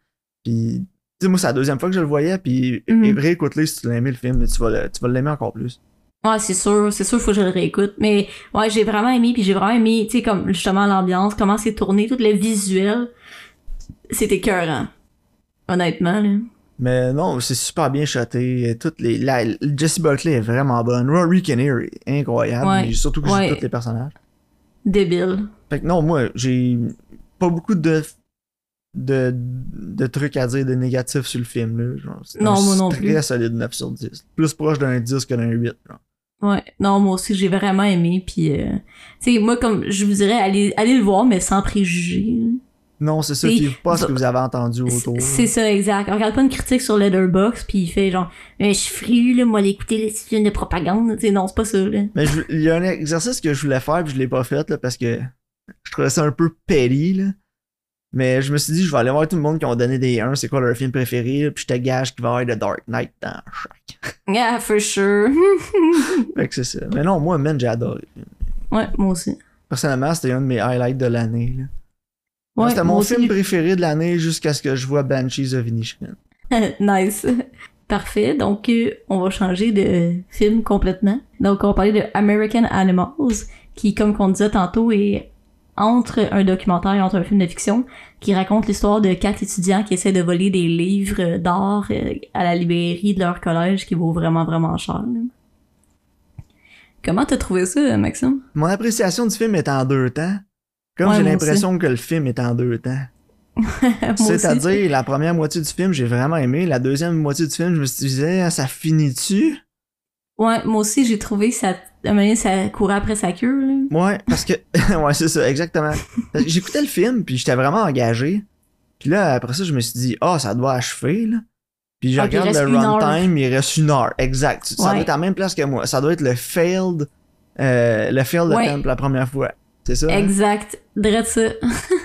S2: puis... Tu sais, moi, c'est la deuxième fois que je le voyais, puis
S1: Mhm.
S2: et réécoute-le si tu l'as aimé le film, tu vas le- tu vas l'aimer encore plus.
S1: Ouais, c'est sûr, c'est sûr, faut que je le réécoute. Mais ouais, j'ai vraiment aimé, puis j'ai vraiment aimé, tu sais, comme justement l'ambiance, comment c'est tourné, tout le visuel. C'était écœurant. Honnêtement, là.
S2: Mais non, c'est super bien shoté. euh, Toutes les, la, Jesse Buckley est vraiment bonne. Rory Kinnear est incroyable,
S1: Ouais.
S2: et surtout que je joue
S1: Ouais.
S2: tous les personnages.
S1: Débile.
S2: Fait que non, moi, j'ai pas beaucoup de, de, de trucs à dire de négatifs sur le film. Là. Genre, c'est
S1: Non,
S2: un
S1: moi non
S2: très
S1: plus.
S2: solide 9 sur 10. Plus proche d'un 10 que d'un 8. genre.
S1: Ouais. Non, moi aussi, j'ai vraiment aimé, puis euh, tu sais, moi, comme, je vous dirais, allez, allez le voir, mais sans préjugés. là.
S2: Non, c'est ça,
S1: Et-
S2: tu pas ce que vous avez entendu autour.
S1: C'est c'est ça, exact. On regarde pas une critique sur Letterboxd, puis il fait genre, Euh, je suis fru, là, moi, l'écouter, les films de propagande. Tu sais, non, c'est pas ça, là.
S2: Mais je- il y a un exercice que je voulais faire, puis je l'ai pas fait, là, parce que je trouvais ça un peu petty, là. Mais je me suis dit, je vais aller voir tout le monde qui ont donné des 1, c'est quoi leur film préféré, puis je te gage qu'il va y avoir The Dark Knight dans chaque.
S1: Yeah, for sure.
S2: Fait que c'est ça. Mais non, moi, man, j'ai adoré.
S1: ouais, moi aussi.
S2: Personnellement, c'était un de mes highlights de l'année, là. Moi,
S1: Ouais,
S2: c'était
S1: moi
S2: mon
S1: aussi.
S2: film préféré de l'année jusqu'à ce que je vois Banshees of Inisherin.
S1: nice. Parfait. Donc, euh, on va changer de film complètement. Donc, on va parler de American Animals, qui, comme qu'on disait tantôt, est entre un documentaire et entre un film de fiction, qui raconte l'histoire de quatre étudiants qui essaient de voler des livres d'art euh, à la librairie de leur collège qui vaut vraiment, vraiment cher. là. Comment t'as trouvé ça, Maxime?
S2: Mon appréciation du film est en deux temps. Comme
S1: Ouais,
S2: j'ai
S1: moi
S2: l'impression que le film est en deux temps.
S1: Moi aussi.
S2: C'est-à-dire, la première moitié du film, j'ai vraiment aimé. La deuxième moitié du film, je me suis dit, Ah, ça finit-tu?
S1: Ouais, moi aussi, j'ai trouvé que ça, à un moment donné, ça courait après sa queue, là.
S2: Ouais, parce que. ouais, c'est ça, exactement. Parce que J'écoutais le film, puis j'étais vraiment engagé. Puis là, après ça, je me suis dit, ah, ça doit achever, là. Puis je
S1: Ah, puis il
S2: regarde
S1: reste
S2: le
S1: une heure.
S2: runtime, il reste une heure. Exact. Ça doit
S1: Ouais.
S2: être à la même place que moi. Ça doit être le failed. euh, le failed
S1: Ouais.
S2: attempt la première fois. C'est ça? hein?
S1: Exact. Drette ça.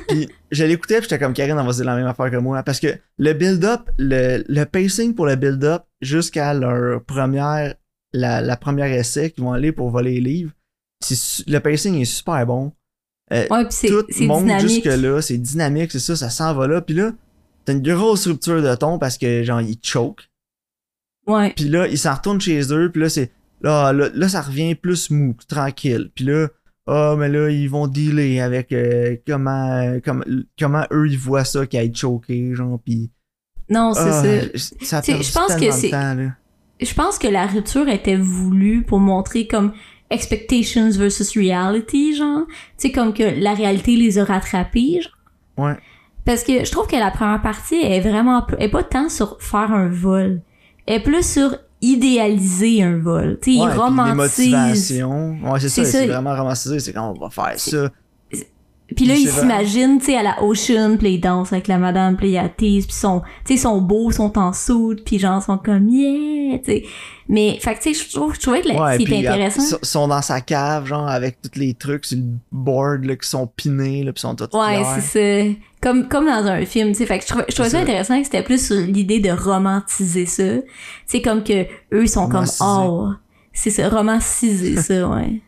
S2: Puis je l'écoutais, puis j'étais comme Karine, on va se dire la même affaire que moi. Parce que le build-up, le, le pacing pour le build-up jusqu'à leur première, la, la première essai qu'ils vont aller pour voler les livres, c'est su- le pacing est super bon.
S1: Ouais, pis c'est
S2: Tout
S1: c'est
S2: monte
S1: dynamique.
S2: jusque-là, c'est dynamique, c'est ça, ça s'en va là. Puis là, t'as une grosse rupture de ton parce que genre, ils choke.
S1: Ouais.
S2: Puis là, ils s'en retournent chez eux, puis là, c'est. Là, là, là, ça revient plus mou, plus tranquille. Puis là, ah, mais là, ils vont dealer avec euh, comment, euh, comme- comment eux, ils voient ça, qu'ils aillent choquer, genre, puis...
S1: Non, c'est
S2: ah,
S1: ça.
S2: ça. a
S1: Tu sais,
S2: perdu
S1: je pense que
S2: tellement de
S1: c'est-
S2: temps, là.
S1: Je pense que la rupture était voulue pour montrer comme expectations versus reality, genre. Tu sais, comme que la réalité les a rattrapés, genre.
S2: Ouais.
S1: Parce que je trouve que la première partie est vraiment p- est pas tant sur faire un vol, est plus sur idéaliser un vol. Tu sais,
S2: Ouais,
S1: ils
S2: puis les
S1: romantisent.
S2: motivations. Ouais, c'est
S1: C'est
S2: ça,
S1: ça,
S2: c'est
S1: il-
S2: vraiment romantisé, c'est quand on va faire
S1: C'est-
S2: ça.
S1: Puis là,
S2: Puis
S1: ils
S2: c'est
S1: s'imaginent, tu sais, à la Ocean, puis là, ils dansent avec la madame, puis là, ils attisent, puis ils sont, tu sais, ils sont beaux, ils sont en soude, puis genre, ils sont comme, yeah, tu sais. Mais, fait que, tu sais, je trouve, je trouvais que la-
S2: Ouais,
S1: c'était
S2: puis euh,
S1: intéressant.
S2: so- sont dans sa cave, genre, avec tous les trucs sur le board, là, qui sont pinés, là, puis sont tous
S1: Ouais,
S2: clairs.
S1: c'est ça. Comme, comme dans un film, tu sais. Fait que je trouvais, je trouvais
S2: C'est
S1: ça
S2: ça.
S1: intéressant que c'était plus sur l'idée de romantiser ça. Tu sais, comme que eux sont comme,
S2: Romanciser.
S1: oh, c'est ça, romanciser ça, ouais.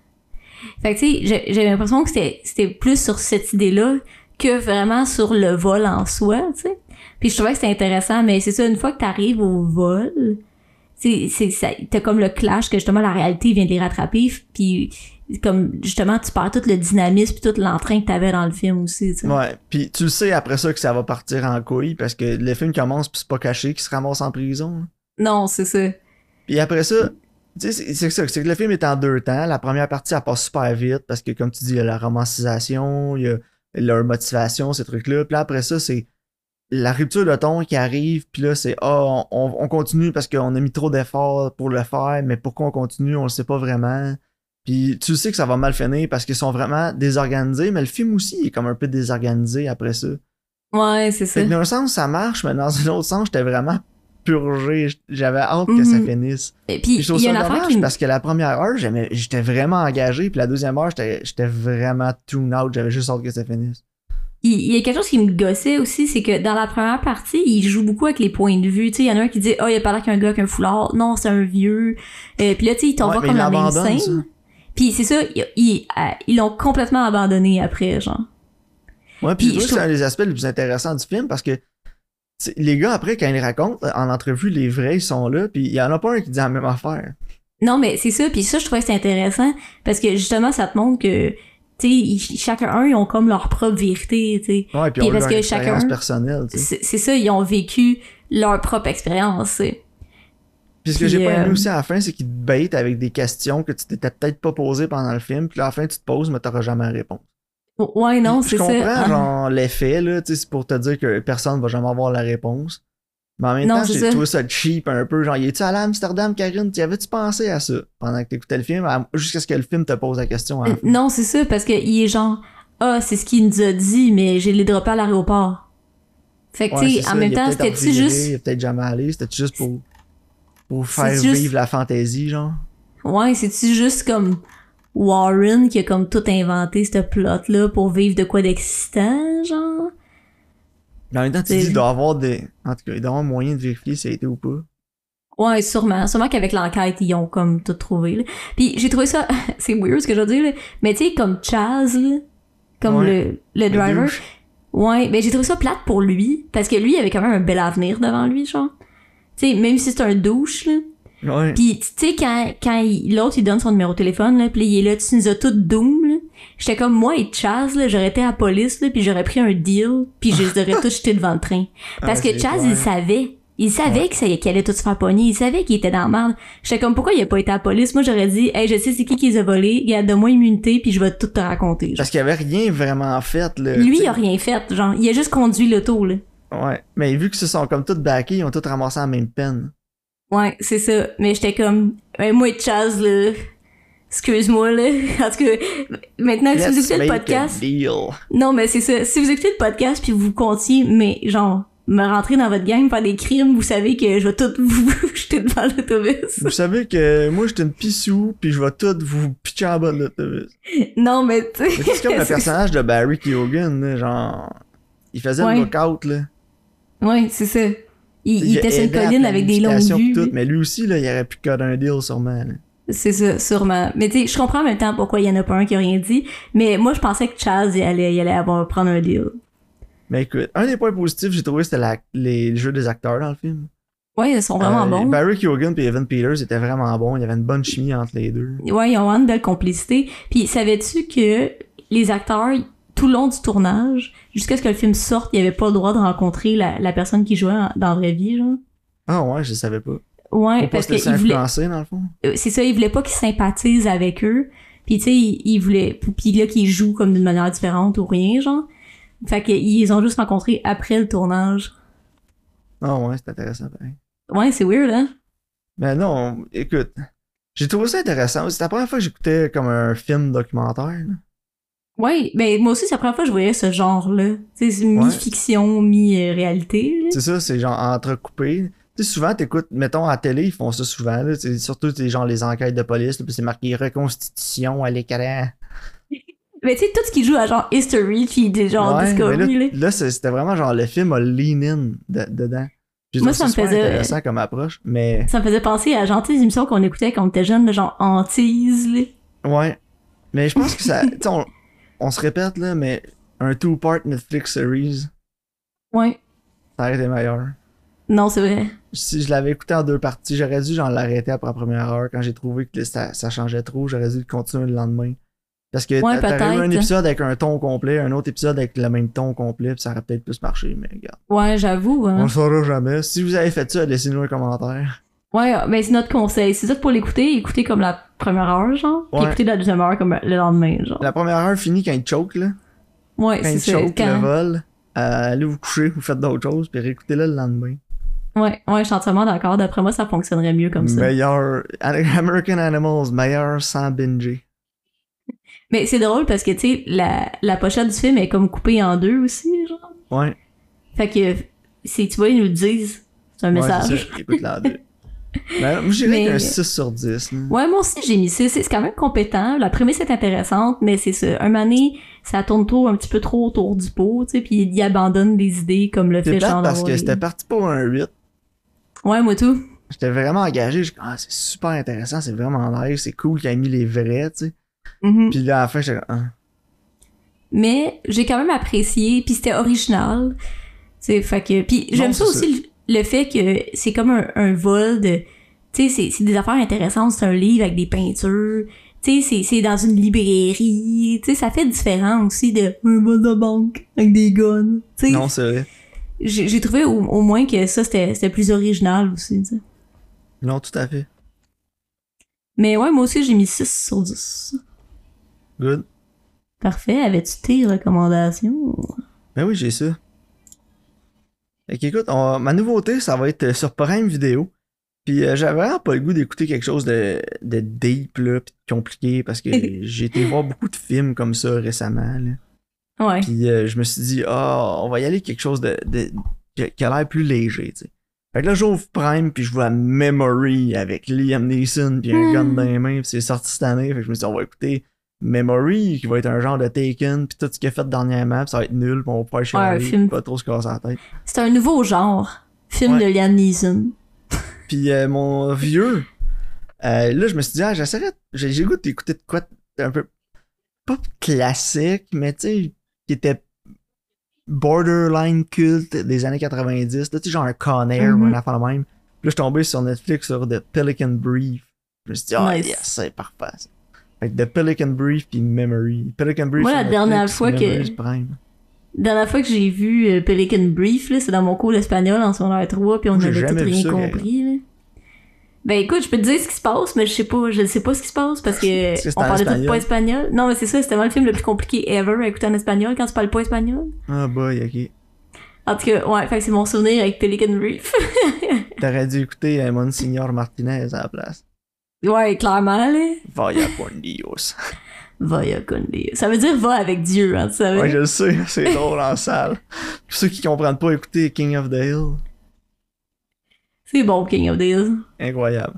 S1: Fait que, tu sais, j'ai- j'ai l'impression que c'était c'était plus sur cette idée-là que vraiment sur le vol en soi, tu sais. Puis je trouvais que c'était intéressant, mais c'est ça, une fois que t'arrives au vol, tu sais, c'est ça- t'as comme le clash que justement la réalité vient de les rattraper, puis comme justement tu perds tout le dynamisme puis tout l'entrain que t'avais dans le film aussi, tu sais.
S2: Ouais, puis tu le sais après ça que ça va partir en couille parce que le film commence puis c'est pas caché qu'il se ramasse en prison. hein.
S1: Non, c'est ça.
S2: Puis après ça, tu sais, c'est- c'est ça, c'est que le film est en deux temps. La première partie, elle passe super vite parce que comme tu dis, il y a la romancisation, il y a leur motivation, ces trucs-là. Puis là, après ça, c'est la rupture de ton qui arrive, puis là, c'est ah, on- on, on continue parce qu'on a mis trop d'efforts pour le faire, mais pourquoi on continue, on le sait pas vraiment. Puis tu sais que ça va mal finir parce qu'ils sont vraiment désorganisés, mais le film aussi est comme un peu désorganisé après ça.
S1: Ouais, c'est ça.
S2: Fait que d'un sens, ça marche, mais dans un autre sens, j'étais vraiment purgé. J'avais hâte que ça
S1: Mhm.
S2: finisse.
S1: Et puis
S2: Puis je trouve
S1: il y a
S2: ça
S1: une affaire
S2: dommage
S1: qui me-
S2: parce que la première heure, j'aimais- j'étais vraiment engagé, puis la deuxième heure, j'étais j'étais vraiment tune out. J'avais juste hâte que ça finisse.
S1: Il il y a quelque chose qui me gossait aussi, c'est que dans la première partie, il joue beaucoup avec les points de vue. Tu sais, il y en a un qui dit « Ah, il a parlé avec un gars avec un foulard. Non, c'est un vieux. Euh, Puis là, tu sais, il t'envoie
S2: Ouais, mais
S1: comme
S2: il
S1: la même
S2: l'abandonne,
S1: scène.
S2: ça.
S1: Puis c'est ça, il- il- euh, ils l'ont complètement abandonné après, genre.
S2: Ouais,
S1: Puis
S2: puis je trouve
S1: je
S2: que c'est un des aspects les plus intéressants du film parce que t'sais, les gars, après, quand ils racontent euh, en entrevue, les vrais, ils sont là, puis il y en a pas un qui dit la même affaire.
S1: Non, mais c'est ça, puis ça, je trouvais que c'est intéressant, parce que justement, ça te montre que, tu sais, ils- chacun, ils ont comme leur propre vérité, tu sais.
S2: Ouais, puis
S1: Puis
S2: on
S1: parce
S2: a une
S1: que chacun-
S2: expérience personnelle. tu sais.
S1: C'est c'est ça, ils ont vécu leur propre expérience, tu sais.
S2: Puis ce que
S1: Puis,
S2: j'ai pas aimé
S1: euh,
S2: aussi à la fin, c'est qu'ils te baitent avec des questions que tu t'étais peut-être pas posées pendant le film, puis là, à la fin, tu te poses, mais t'auras jamais la réponse.
S1: Ouais, non,
S2: je
S1: c'est ça.
S2: comprends,
S1: Ah.
S2: genre, l'effet, là, tu sais, c'est pour te dire que personne va jamais avoir la réponse. Mais en même
S1: Non,
S2: temps,
S1: c'est
S2: j'ai
S1: ça.
S2: trouvé ça cheap un peu. Genre, y es-tu allé à Amsterdam, Karine? T'y avais-tu pensé à ça pendant que t'écoutais le film? À- Jusqu'à ce que le film te pose la question. à la
S1: Euh,
S2: fin.
S1: Non, c'est ça, parce que il est genre Ah, c'est ce qu'il nous a dit, mais j'ai les droppés à l'aéroport. Fait que,
S2: Ouais,
S1: tu
S2: c'est
S1: sais, en
S2: ça,
S1: même
S2: il a
S1: temps, c'était-tu
S2: peut-être enregistré,
S1: juste.
S2: Il est peut-être jamais allé, c'était juste pour, pour faire
S1: C'est juste-
S2: vivre la fantaisie, genre.
S1: Ouais, c'est-tu juste comme Warren qui a comme tout inventé ce plot-là pour vivre de quoi d'excitant, genre?
S2: Mais en même temps, tu
S1: C'est-
S2: dis, il doit avoir des. En tout cas, il doit avoir moyen de vérifier si ça a été ou pas.
S1: Ouais, sûrement. Sûrement qu'avec l'enquête, ils ont comme tout trouvé, là. Puis j'ai trouvé ça... c'est weird ce que je veux dire, là. Mais tu sais, comme Chaz, là, comme
S2: Ouais.
S1: le, le
S2: Les
S1: driver.
S2: deux.
S1: Ouais, mais j'ai trouvé ça plate pour lui. Parce que lui, il avait quand même un bel avenir devant lui, genre. Tu sais, même si c'est un douche, là.
S2: Ouais.
S1: Puis tu sais quand quand il- l'autre il donne son numéro de téléphone là, puis il est là, tu nous as tout doom là. J'étais comme moi et Chaz là, j'aurais été à la police là, puis j'aurais pris un deal, puis je les aurais tout jeté devant le train. Parce
S2: Ah,
S1: que
S2: c'est
S1: Chaz
S2: clair.
S1: il savait, il savait que ça qu'il allait tout se faire pogner, il savait qu'il était dans la merde. J'étais comme pourquoi il a pas été à la police Moi j'aurais dit, hey je sais c'est qui qui les a volés, garde de moi immunité, puis je vais tout te raconter. genre.
S2: Parce qu'il avait rien vraiment fait, là.
S1: Lui
S2: tu sais.
S1: il a rien fait, genre il a juste conduit l'auto là.
S2: Ouais. Mais vu que ce sont comme tous backés, ils ont tous ramassé la même peine.
S1: Ouais, c'est ça. Mais j'étais comme, ben, moi et Chaz, là, excuse-moi, là. En tout cas, maintenant, si vous
S2: Let's
S1: écoutez le
S2: make a
S1: podcast,
S2: deal.
S1: non, mais c'est ça. Si vous écoutez le podcast puis vous comptiez, mais genre, me rentrer dans votre gang, faire des crimes, vous savez que je vais tout vous jeter devant l'autobus.
S2: Vous savez que moi, j'étais une pissou, puis je vais tout vous pitcher en bas de l'autobus.
S1: Non, mais tu sais.
S2: Mais C'est comme le
S1: c'est-
S2: personnage de Barry Keoghan, là, genre. Il faisait
S1: Ouais.
S2: le knockout, là.
S1: Ouais, c'est ça. Il, il était sur une
S2: aidait à
S1: colline avec des longues
S2: planification
S1: vues.
S2: pis tout, mais lui aussi, là, il aurait pu coder un deal, sûrement. là.
S1: C'est ça, sûrement. Mais tu sais, je comprends en même temps pourquoi il y en a pas un qui a rien dit. Mais moi, je pensais que Chaz, il allait, il allait avoir, prendre un deal.
S2: Mais écoute, un des points positifs, j'ai trouvé, c'était la- les jeux des acteurs dans le film.
S1: Ouais, ils sont vraiment
S2: Euh,
S1: bons.
S2: Barry Keoghan et Evan Peters étaient vraiment bons. Il y avait une bonne chimie entre les deux.
S1: Ouais, ils ont vraiment une belle complicité. Puis, savais-tu que les acteurs, tout le long du tournage, jusqu'à ce que le film sorte, ils n'avaient pas le droit de rencontrer la, la personne qui jouait en- dans la vraie vie, genre?
S2: Ah ouais, je le savais pas.
S1: Ouais,
S2: Faut pas
S1: parce
S2: se laisser
S1: qu'ils voulaient...
S2: influencer, dans le fond.
S1: euh, C'est ça, ils voulaient pas qu'ils sympathisent avec eux. Puis, tu sais, ils, ils voulaient... Puis là, qu'ils jouent comme d'une manière différente ou rien, genre. Fait qu'ils les ont juste rencontrés après le tournage.
S2: Ah ouais, c'est intéressant, pareil.
S1: Ouais, c'est weird, hein?
S2: Mais non, écoute, j'ai trouvé ça intéressant. C'était la première fois que j'écoutais comme un film documentaire.
S1: Mm.
S2: là.
S1: Ouais, mais moi aussi, c'est la première fois que je voyais ce genre-là. Tu sais, c'est
S2: Ouais.
S1: mi-fiction, mi-réalité, là.
S2: C'est ça, c'est genre entrecoupé. Tu sais, souvent, t'écoutes, mettons, à la télé, ils font ça souvent. Là, C'est surtout, c'est genre les enquêtes de police, là, puis c'est marqué reconstitution à l'écran.
S1: Mais tu sais, tout ce qui joue à genre History, puis des genre
S2: Ouais,
S1: Discovery,
S2: mais
S1: là.
S2: là, là, c'est- c'était vraiment genre le film a lean in de- dedans. Puis
S1: Moi,
S2: je trouve
S1: ça me
S2: super
S1: faisait-
S2: intéressant comme approche, mais
S1: Ça me faisait penser à genre des émissions qu'on écoutait quand on était jeune, genre Antise, là.
S2: ouais. Mais je pense que ça, tu sais, on, on se répète là, mais un two part Netflix series,
S1: Ouais.
S2: ça aurait été meilleur.
S1: Non, c'est vrai.
S2: Si je l'avais écouté en deux parties, j'aurais dû genre l'arrêter après la première heure quand j'ai trouvé que ça, ça changeait trop, j'aurais dû le continuer le lendemain. Parce que
S1: Ouais,
S2: t'as- t'aurais eu un
S1: peut-être.
S2: épisode avec un ton complet, un autre épisode avec le même ton complet, puis ça aurait peut-être plus marché, mais regarde.
S1: Ouais, j'avoue.
S2: On
S1: hein.
S2: le saura jamais. Si vous avez fait ça, laissez-nous un commentaire.
S1: Ouais, ah, mais c'est notre conseil. C'est ça pour l'écouter, écouter comme la première heure, genre. Puis
S2: Ouais.
S1: écouter la deuxième heure comme le lendemain, genre.
S2: La première heure finit quand il choke, là.
S1: Ouais,
S2: Quand
S1: c'est
S2: il
S1: ça.
S2: choke le
S1: Quand...
S2: vol, euh, allez vous coucher, vous faites d'autres choses, puis réécoutez-le le lendemain.
S1: Ouais, ouais, je suis entièrement d'accord. D'après moi, ça fonctionnerait mieux comme ça.
S2: meilleur. American Animals, meilleur sans binger.
S1: Mais c'est drôle parce que, tu sais, la, la pochette du film est comme coupée en deux aussi, genre.
S2: Ouais.
S1: Fait que, si tu vois, ils nous le disent. C'est un
S2: ouais,
S1: message.
S2: c'est ça, écoute la deux. Ben, moi, je dirais
S1: Mais-
S2: qu'un 6 sur 10. là.
S1: Ouais, moi aussi, j'ai mis 6. C'est quand même compétent. La prémisse est intéressante, mais c'est ça. Un moment donné, ça tourne trop, un petit peu trop autour du pot, tu sais, puis il abandonne des idées comme le
S2: C'est
S1: fait
S2: plate
S1: genre
S2: parce
S1: d'avoir
S2: que
S1: des-
S2: c'était parti pour un 8.
S1: Ouais, moi tout.
S2: J'étais vraiment engagé. Je ah, c'est super intéressant, c'est vraiment live, c'est cool qu'il a mis les vrais, tu sais.
S1: Mhm.
S2: Puis là, à la fin, j'étais comme, ah.
S1: Mais j'ai quand même apprécié, puis c'était original. Tu sais, fait que... Puis j'aime
S2: c'est
S1: ça aussi, le, le fait que c'est comme un, un vol de... Tu sais, c'est- c'est des affaires intéressantes. C'est un livre avec des peintures. Tu sais, c'est- c'est dans une librairie. Tu sais, ça fait différent aussi de... Un vol de banque avec des guns. Tu sais,
S2: Non, c'est vrai.
S1: J'ai j'ai trouvé au, au moins que ça, c'était c'était plus original aussi. tu sais.
S2: Non, tout à fait.
S1: Mais ouais, moi aussi, j'ai mis 6 sur 10.
S2: Good.
S1: Parfait. Avais-tu tes recommandations?
S2: Ben oui, j'ai ça. Fait qu'écoute, on- ma nouveauté, ça va être euh, sur Prime Vidéo. Puis euh, j'avais vraiment pas le goût d'écouter quelque chose de, de deep, là, pis de compliqué, parce que j'ai été voir beaucoup de films comme ça récemment, là.
S1: Ouais.
S2: Puis euh, je me suis dit, ah, on va y aller quelque chose de, de- qui- qui a l'air plus léger, tu sais. Fait que là, j'ouvre Prime, puis je vois Memory avec Liam Neeson, puis un
S1: Hmm.
S2: gun dans les mains, puis c'est sorti cette année. Fait que je me suis dit, on va écouter Memory, qui va être un genre de Taken, puis tout ce qu'il a fait dernièrement, puis ça va être nul, puis on va pas
S1: Ouais, un
S2: chialer,
S1: film.
S2: pas trop se casser la tête.
S1: C'est un nouveau genre. Film
S2: Ouais.
S1: de Liam Neeson.
S2: Puis euh, mon vieux, euh, là, je me suis dit, ah, j'essaierai, j'ai j'ai le goût d'écouter de quoi un peu, pas classique, mais tu sais, qui était borderline culte des années 90. Là, tu sais, genre un Con Air ou
S1: Mhm.
S2: un affaire de même. Puis là, je suis tombé sur Netflix sur The Pelican Brief. Je me suis dit, ah,
S1: Nice.
S2: yes, c'est parfait. ça. Fait que The Pelican Brief puis Memory. Pelican Brief,
S1: Moi, la
S2: sur
S1: dernière
S2: Netflix,
S1: fois que-
S2: Memory, c'est Prime.
S1: Dernière fois que j'ai vu euh, Pelican Brief, là, c'est dans mon cours d'espagnol en secondaire 3, puis on
S2: J'ai
S1: avait tout
S2: jamais vu
S1: rien
S2: ça,
S1: compris. là. Ben écoute, je peux te dire ce qui se passe, mais je sais pas, je sais pas ce qui se passe parce que
S2: Parce que c'est
S1: on
S2: en
S1: parlait tout
S2: espagnol.
S1: pas espagnol. Non, mais c'est ça, c'était vraiment le film le plus compliqué ever à écouter en espagnol quand tu parles pas espagnol.
S2: Ah, boy, ok.
S1: En tout cas, ouais, fait que c'est mon souvenir avec Pelican Brief.
S2: T'aurais dû écouter euh, Monsignor Martinez à la place.
S1: ouais, clairement, là.
S2: Vaya con Dios.
S1: Vaya con Dios. Ça veut dire va avec Dieu, hein, tu savais.
S2: Ouais, je le sais, c'est drôle en salle. Pour ceux qui comprennent pas, écoutez King of the Hill.
S1: C'est bon, King of Days.
S2: Incroyable.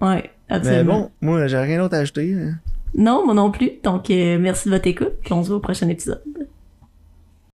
S1: Ouais,
S2: Mais
S1: absolument.
S2: bon, moi, j'ai rien d'autre à ajouter. hein.
S1: Non, moi non plus. Donc, euh, merci de votre écoute, puis on se voit au prochain épisode.